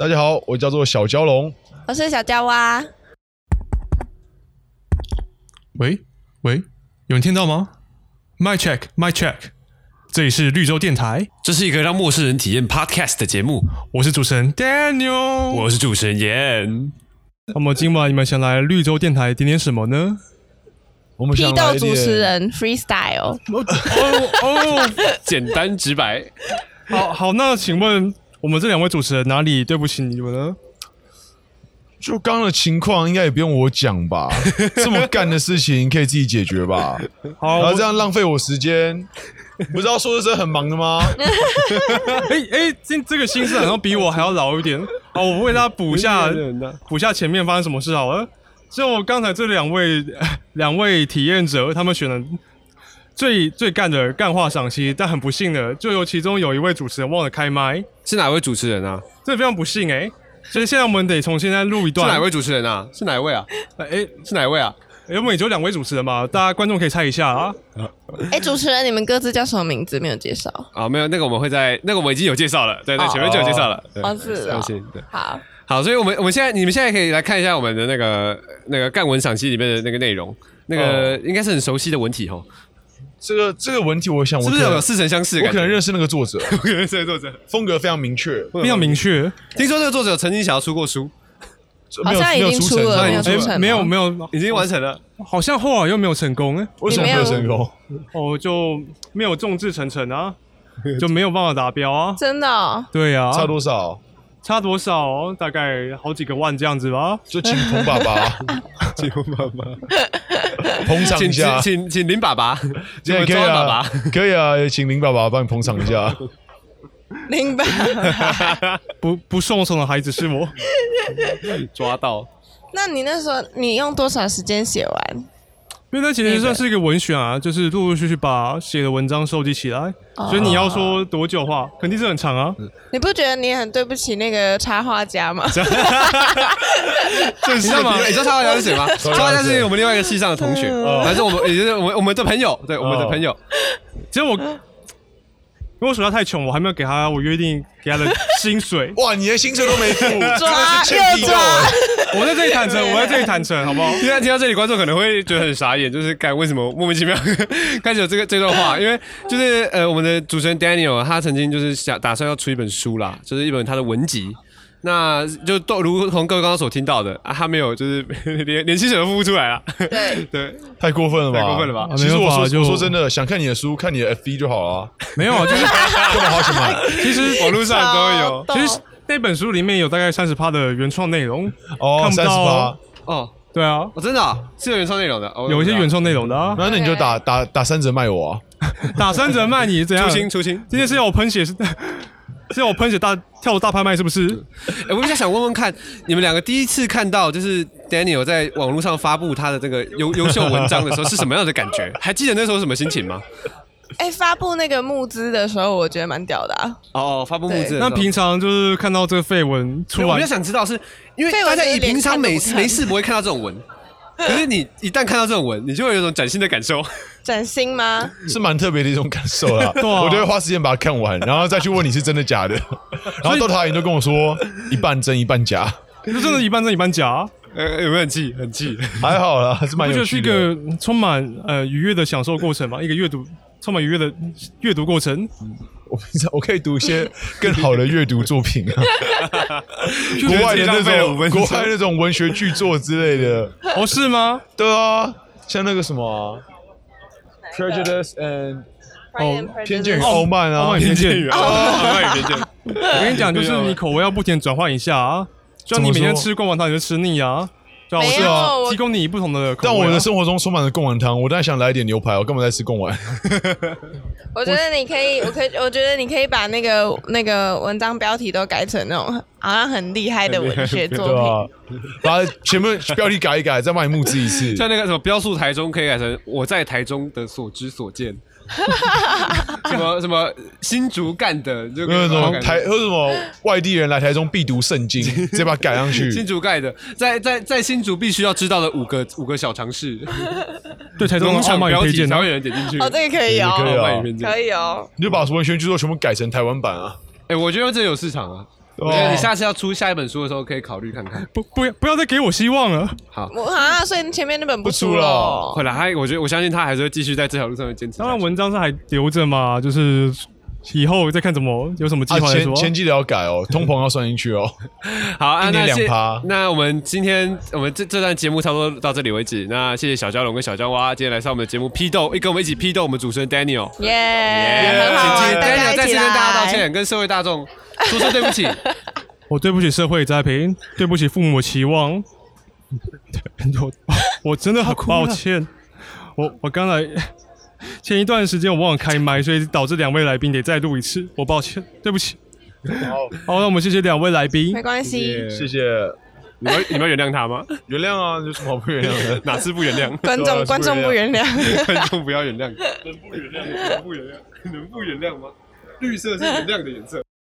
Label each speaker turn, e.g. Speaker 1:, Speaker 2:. Speaker 1: 大家好，我叫做小蛟龙。
Speaker 2: 我是小娇啊蛙，
Speaker 3: 喂喂，有人听到吗？My check, my check，这里是绿洲电台，
Speaker 4: 这是一个让陌生人体验 podcast 的节目，
Speaker 3: 我是主持人 Daniel。
Speaker 4: 我是主持 人严。
Speaker 3: 那么今晚你们想来绿洲电台点点什么呢？
Speaker 1: 我们
Speaker 2: 批
Speaker 1: 想
Speaker 2: 斗
Speaker 1: 来一
Speaker 2: 主
Speaker 1: 点
Speaker 2: 持，人 freestyle。
Speaker 3: 哦哦，
Speaker 4: 简单直白，
Speaker 3: 好好，那请问我们这两位主持人哪里对不起你们呢？
Speaker 1: 就刚刚的情况，应该也不用我讲 吧？这么干的事情可以自己解决吧？
Speaker 3: 好，
Speaker 1: 然后
Speaker 3: 我
Speaker 1: 这样浪费我时间，不知道说的是很忙的吗？
Speaker 3: 哎哎，这这个心思好像比我还要老一点。好，哦我为大家补一下补一下前面发生什么事好了。就刚才这两位 两位体验者，他们选了最最干的干话赏析，但很不幸的，就有其中有一位主持人忘了开麦，
Speaker 4: 是哪位主持人啊？
Speaker 3: 这非常不幸哎、所以现在我们得从现在录一
Speaker 4: 是哪
Speaker 3: 段。
Speaker 4: 位主持人啊？是哪位啊？
Speaker 3: 哎，
Speaker 4: 是哪位啊？
Speaker 3: 原本也就两位主持人嘛，大家观众可以猜一下啊。
Speaker 2: 哎，主持人，你们各自叫什么名字？没有介绍。
Speaker 4: 啊，没有，那个我们会在那个我们已经有介绍了，
Speaker 1: 啊
Speaker 4: 对对，
Speaker 2: 哦
Speaker 4: 前面就有介绍了。对
Speaker 2: 哦是哦
Speaker 4: 相信对。
Speaker 2: 好，
Speaker 4: 好，所以我们我们现在你们现在可以来看一下我们的那个那个干文赏析里面的那个内容，那个
Speaker 1: 哦
Speaker 4: 应该是很熟悉的文体哦，
Speaker 1: 这个这个文体，我想我
Speaker 4: 是不是
Speaker 1: 可能
Speaker 4: 有似曾相识的
Speaker 1: 我
Speaker 4: 感
Speaker 1: 可
Speaker 4: 觉？
Speaker 1: 能认识那个作者，
Speaker 4: 我可能是作者，
Speaker 1: 风格非常明确，
Speaker 3: 非常明确，
Speaker 4: 听说这个作者曾经想要出过书，
Speaker 2: 好
Speaker 1: 没有
Speaker 2: 像
Speaker 1: 没
Speaker 2: 已
Speaker 1: 有
Speaker 2: 经
Speaker 1: 出
Speaker 2: 出
Speaker 1: 成
Speaker 2: 了，
Speaker 1: 上
Speaker 2: 没有
Speaker 1: 映
Speaker 2: 出
Speaker 3: 哎
Speaker 2: 成哦，
Speaker 3: 没有没有，
Speaker 4: 已经完成了。
Speaker 3: 好像后来又没有成功哎、
Speaker 1: 为什么没有成功？
Speaker 3: 哦，就没有众志成 城啊，就没有办法达标啊。
Speaker 2: 真的哦。
Speaker 3: 对啊，
Speaker 1: 差多少？
Speaker 3: 差多少？大概好几个万这样子吧。
Speaker 1: 就请彭爸爸
Speaker 4: 请爸爸，
Speaker 1: 捧场
Speaker 4: 请
Speaker 1: 一下，
Speaker 4: 请请林爸爸，
Speaker 1: 这样
Speaker 4: 请
Speaker 1: 可以
Speaker 4: 庄爸
Speaker 1: 啊
Speaker 4: 爸。，
Speaker 1: 可以啊，请林爸爸帮你捧场一下。
Speaker 2: 明白。
Speaker 3: 不不送送的孩子是我，
Speaker 4: 抓到。
Speaker 2: 那你那时候你用多少时间写完？
Speaker 3: 因为那其实算是一个文选啊，就是陆陆续续把写的文章收集起来。所以你要说多久的话，肯定是很长啊。
Speaker 2: 你不觉得你很对不起那个插画家吗？
Speaker 4: 你知道吗？你知道插画家是谁吗？插
Speaker 1: 画家是谁。
Speaker 4: 画家是我们另外一个系上的同学，反正我们也就是我们我们的朋友，对我们的朋友，
Speaker 3: 结果我，因为我暑假太穷，我还没有给他我约定给他的薪水
Speaker 1: 哇，你连薪水都没付，
Speaker 2: 抓
Speaker 1: 真的是欠批斗
Speaker 2: 又抓
Speaker 3: 我在这里坦诚，我在这里坦诚，好不好？
Speaker 4: 现在听到这里，观众可能会觉得很傻眼，就是干为什么莫名其妙 开始有这个这段话？因为就是呃，我们的主持人 Daniel 他曾经就是想打算要出一本书啦，就是一本他的文集。那就都如同各位刚刚所听到的啊，他没有就是连连薪水都付不出来啦。
Speaker 2: 对，
Speaker 4: 对，
Speaker 1: 太过分了吧？
Speaker 4: 太过分了吧
Speaker 1: 其实
Speaker 3: 啊没
Speaker 1: 我
Speaker 3: 办法
Speaker 1: 说
Speaker 3: 就
Speaker 1: 我说真的，想看你的书，看你的 FB 就好 了啊，
Speaker 3: 没有，啊，就是
Speaker 1: 干嘛花钱买？
Speaker 3: 其实
Speaker 4: 网络上都有
Speaker 2: 超
Speaker 3: 其实那本书里面有大概三十趴的原创内容。
Speaker 1: 哦，
Speaker 3: 看不
Speaker 1: 三
Speaker 3: 到
Speaker 1: 十八
Speaker 3: 哦，
Speaker 4: 哦，
Speaker 3: 对啊，
Speaker 4: 哦真的啊是有原创内容的，哦
Speaker 3: 有一些原创内容的啊，
Speaker 1: 那那你就打打打三折卖我啊！
Speaker 3: 打三折卖你怎样？
Speaker 4: 出清出清。
Speaker 3: 今天是要我喷血是， 是要我喷血大跳楼大拍卖是不是？
Speaker 4: 哎、我比较想问问看，你们两个第一次看到就是 Daniel 在网络上发布他的这个优优秀文章的时候，是什么样的感觉？还记得那时候什么心情吗？
Speaker 2: 哎，发布那个募资的时候，我觉得蛮屌的啊。
Speaker 4: 哦，发布
Speaker 2: 募资的
Speaker 3: 那平常就是看到这个绯闻出
Speaker 4: 我
Speaker 3: 来
Speaker 4: 比较，想知道是，因为
Speaker 2: 绯闻
Speaker 4: 大家以
Speaker 2: 是连
Speaker 4: 平常
Speaker 2: 看都
Speaker 4: 没
Speaker 2: 不
Speaker 4: 事
Speaker 2: 看
Speaker 4: 没事不会看到这种文，可是你一旦看到这种文，你就会有一种崭新的感受。
Speaker 2: 崭新吗？
Speaker 1: 是蛮特别的一种感受啦。
Speaker 3: 对啊
Speaker 1: 我就会花时间把它看完，然后再去问你是真的假 的。然后到他人都跟我说一半真一半假，
Speaker 3: 就真的一半真一半假，啊
Speaker 4: 呃，有没有很气？很气。
Speaker 1: 还好啦，还是蛮
Speaker 3: 我觉
Speaker 1: 有
Speaker 3: 得是
Speaker 1: 趣
Speaker 3: 一
Speaker 1: 的。
Speaker 3: 个充满呃愉悦的享受 过程嘛，一个阅读充满愉悦的阅读过程。
Speaker 1: 我平常我可以读一些更好的阅读作品 啊，国外的那
Speaker 4: 浪费了
Speaker 1: 种
Speaker 4: 五分
Speaker 1: 国
Speaker 4: 钟
Speaker 1: 外那种文学巨作之类的。
Speaker 3: 哦，是吗？
Speaker 1: 对啊，像那个什么啊、Prejudice and 哦偏见与傲慢啊，
Speaker 3: 傲慢与偏见
Speaker 1: 傲慢
Speaker 3: 哦
Speaker 1: 与 偏见
Speaker 3: 我跟你讲，
Speaker 1: 啊
Speaker 3: 就是你口味要不停地转换一下啊，就像你每
Speaker 1: 怎么
Speaker 3: 天
Speaker 1: 说
Speaker 3: 吃罐丸汤你就吃腻啊，对啊，
Speaker 2: 没
Speaker 3: 我
Speaker 2: 有
Speaker 3: 就
Speaker 2: 我
Speaker 3: 提供你不同的口味
Speaker 1: 但
Speaker 3: 啊。
Speaker 1: 我的生活中充满了贡丸汤，我当然想来一点牛排，我干嘛在吃贡丸？
Speaker 2: 我觉得你可以，我可以，我觉得你可以把那个那个文章标题都改成那种好像很厉害的文学作
Speaker 1: 对啊
Speaker 2: 品。
Speaker 1: 吧？把前面标题改一改，再帮你募资一 次。
Speaker 4: 像那个什么标注台中可以改成我在台中的所知 所见，什么什么新竹干的，就可以
Speaker 1: 那
Speaker 4: 把它
Speaker 1: 种
Speaker 4: 改成
Speaker 1: 台，为什么外地人来台中必读圣 经，直接把它改上去。
Speaker 4: 新竹盖的，在在在新竹必须要知道的五个五个小常识，
Speaker 3: 对台中
Speaker 4: 农
Speaker 3: 的傲
Speaker 4: 场
Speaker 3: 慢与
Speaker 4: 标
Speaker 3: 推
Speaker 4: 题
Speaker 3: 荐
Speaker 4: 才
Speaker 3: 啊
Speaker 4: 会有人点进去。
Speaker 2: 哦，这个可以哦，
Speaker 1: 可以啊
Speaker 4: 傲慢与偏见
Speaker 2: 可以哦。
Speaker 1: 你就把文学巨作全部改成台湾版啊！
Speaker 4: 哎，我觉得这有市场啊，我觉得你下次要出下一本书的时候，可以考虑看看。
Speaker 3: 不不要不要再给我希望了。
Speaker 4: 好，
Speaker 2: 我啊，所以前面那本
Speaker 1: 不出
Speaker 2: 出哦
Speaker 1: 了
Speaker 2: 咯
Speaker 4: 回来他，我觉得我相信他还是会继续在这条路上面坚持下去。
Speaker 3: 当然，文章上还留着嘛，就是以后再看怎么有什么计
Speaker 1: 啊，
Speaker 3: 划再说
Speaker 1: 前。前期得要改哦，通膨要算进去哦。
Speaker 4: 好，啊、
Speaker 1: 一年
Speaker 4: 那谢
Speaker 1: 两趴
Speaker 4: 那我们今天我们这这段节目差不多到这里为止。那谢谢小蛟龙跟小蛟蛙今天来上我们的节目批斗，跟我们一起批斗我们主持人 Daniel。
Speaker 2: 耶，
Speaker 4: 耶
Speaker 2: 哎很好玩，
Speaker 4: 请请
Speaker 2: 大家
Speaker 4: Daniel 再
Speaker 2: 一
Speaker 4: 次
Speaker 2: 起
Speaker 4: 跟
Speaker 2: 来。
Speaker 4: 大家道歉，跟社会大众说声对不起。
Speaker 3: 我对不起社会栽培，对不起父母期望， 我我真的很抱歉。我我刚才前一段时间我忘了开麦，所以导致两位来宾得再录一次，我抱歉，对不起。好，那我们谢谢两位来宾
Speaker 2: 没。关系，
Speaker 1: 谢谢，
Speaker 4: 你们你们要原谅他吗？
Speaker 1: 原谅啊，有什么好不原谅的？
Speaker 4: 哪次不原谅？
Speaker 2: 观
Speaker 1: 对啊
Speaker 2: 众观众不原谅。
Speaker 4: 观众不要原谅，能不原谅能不原谅，能不原谅吗？绿色是原谅的颜色。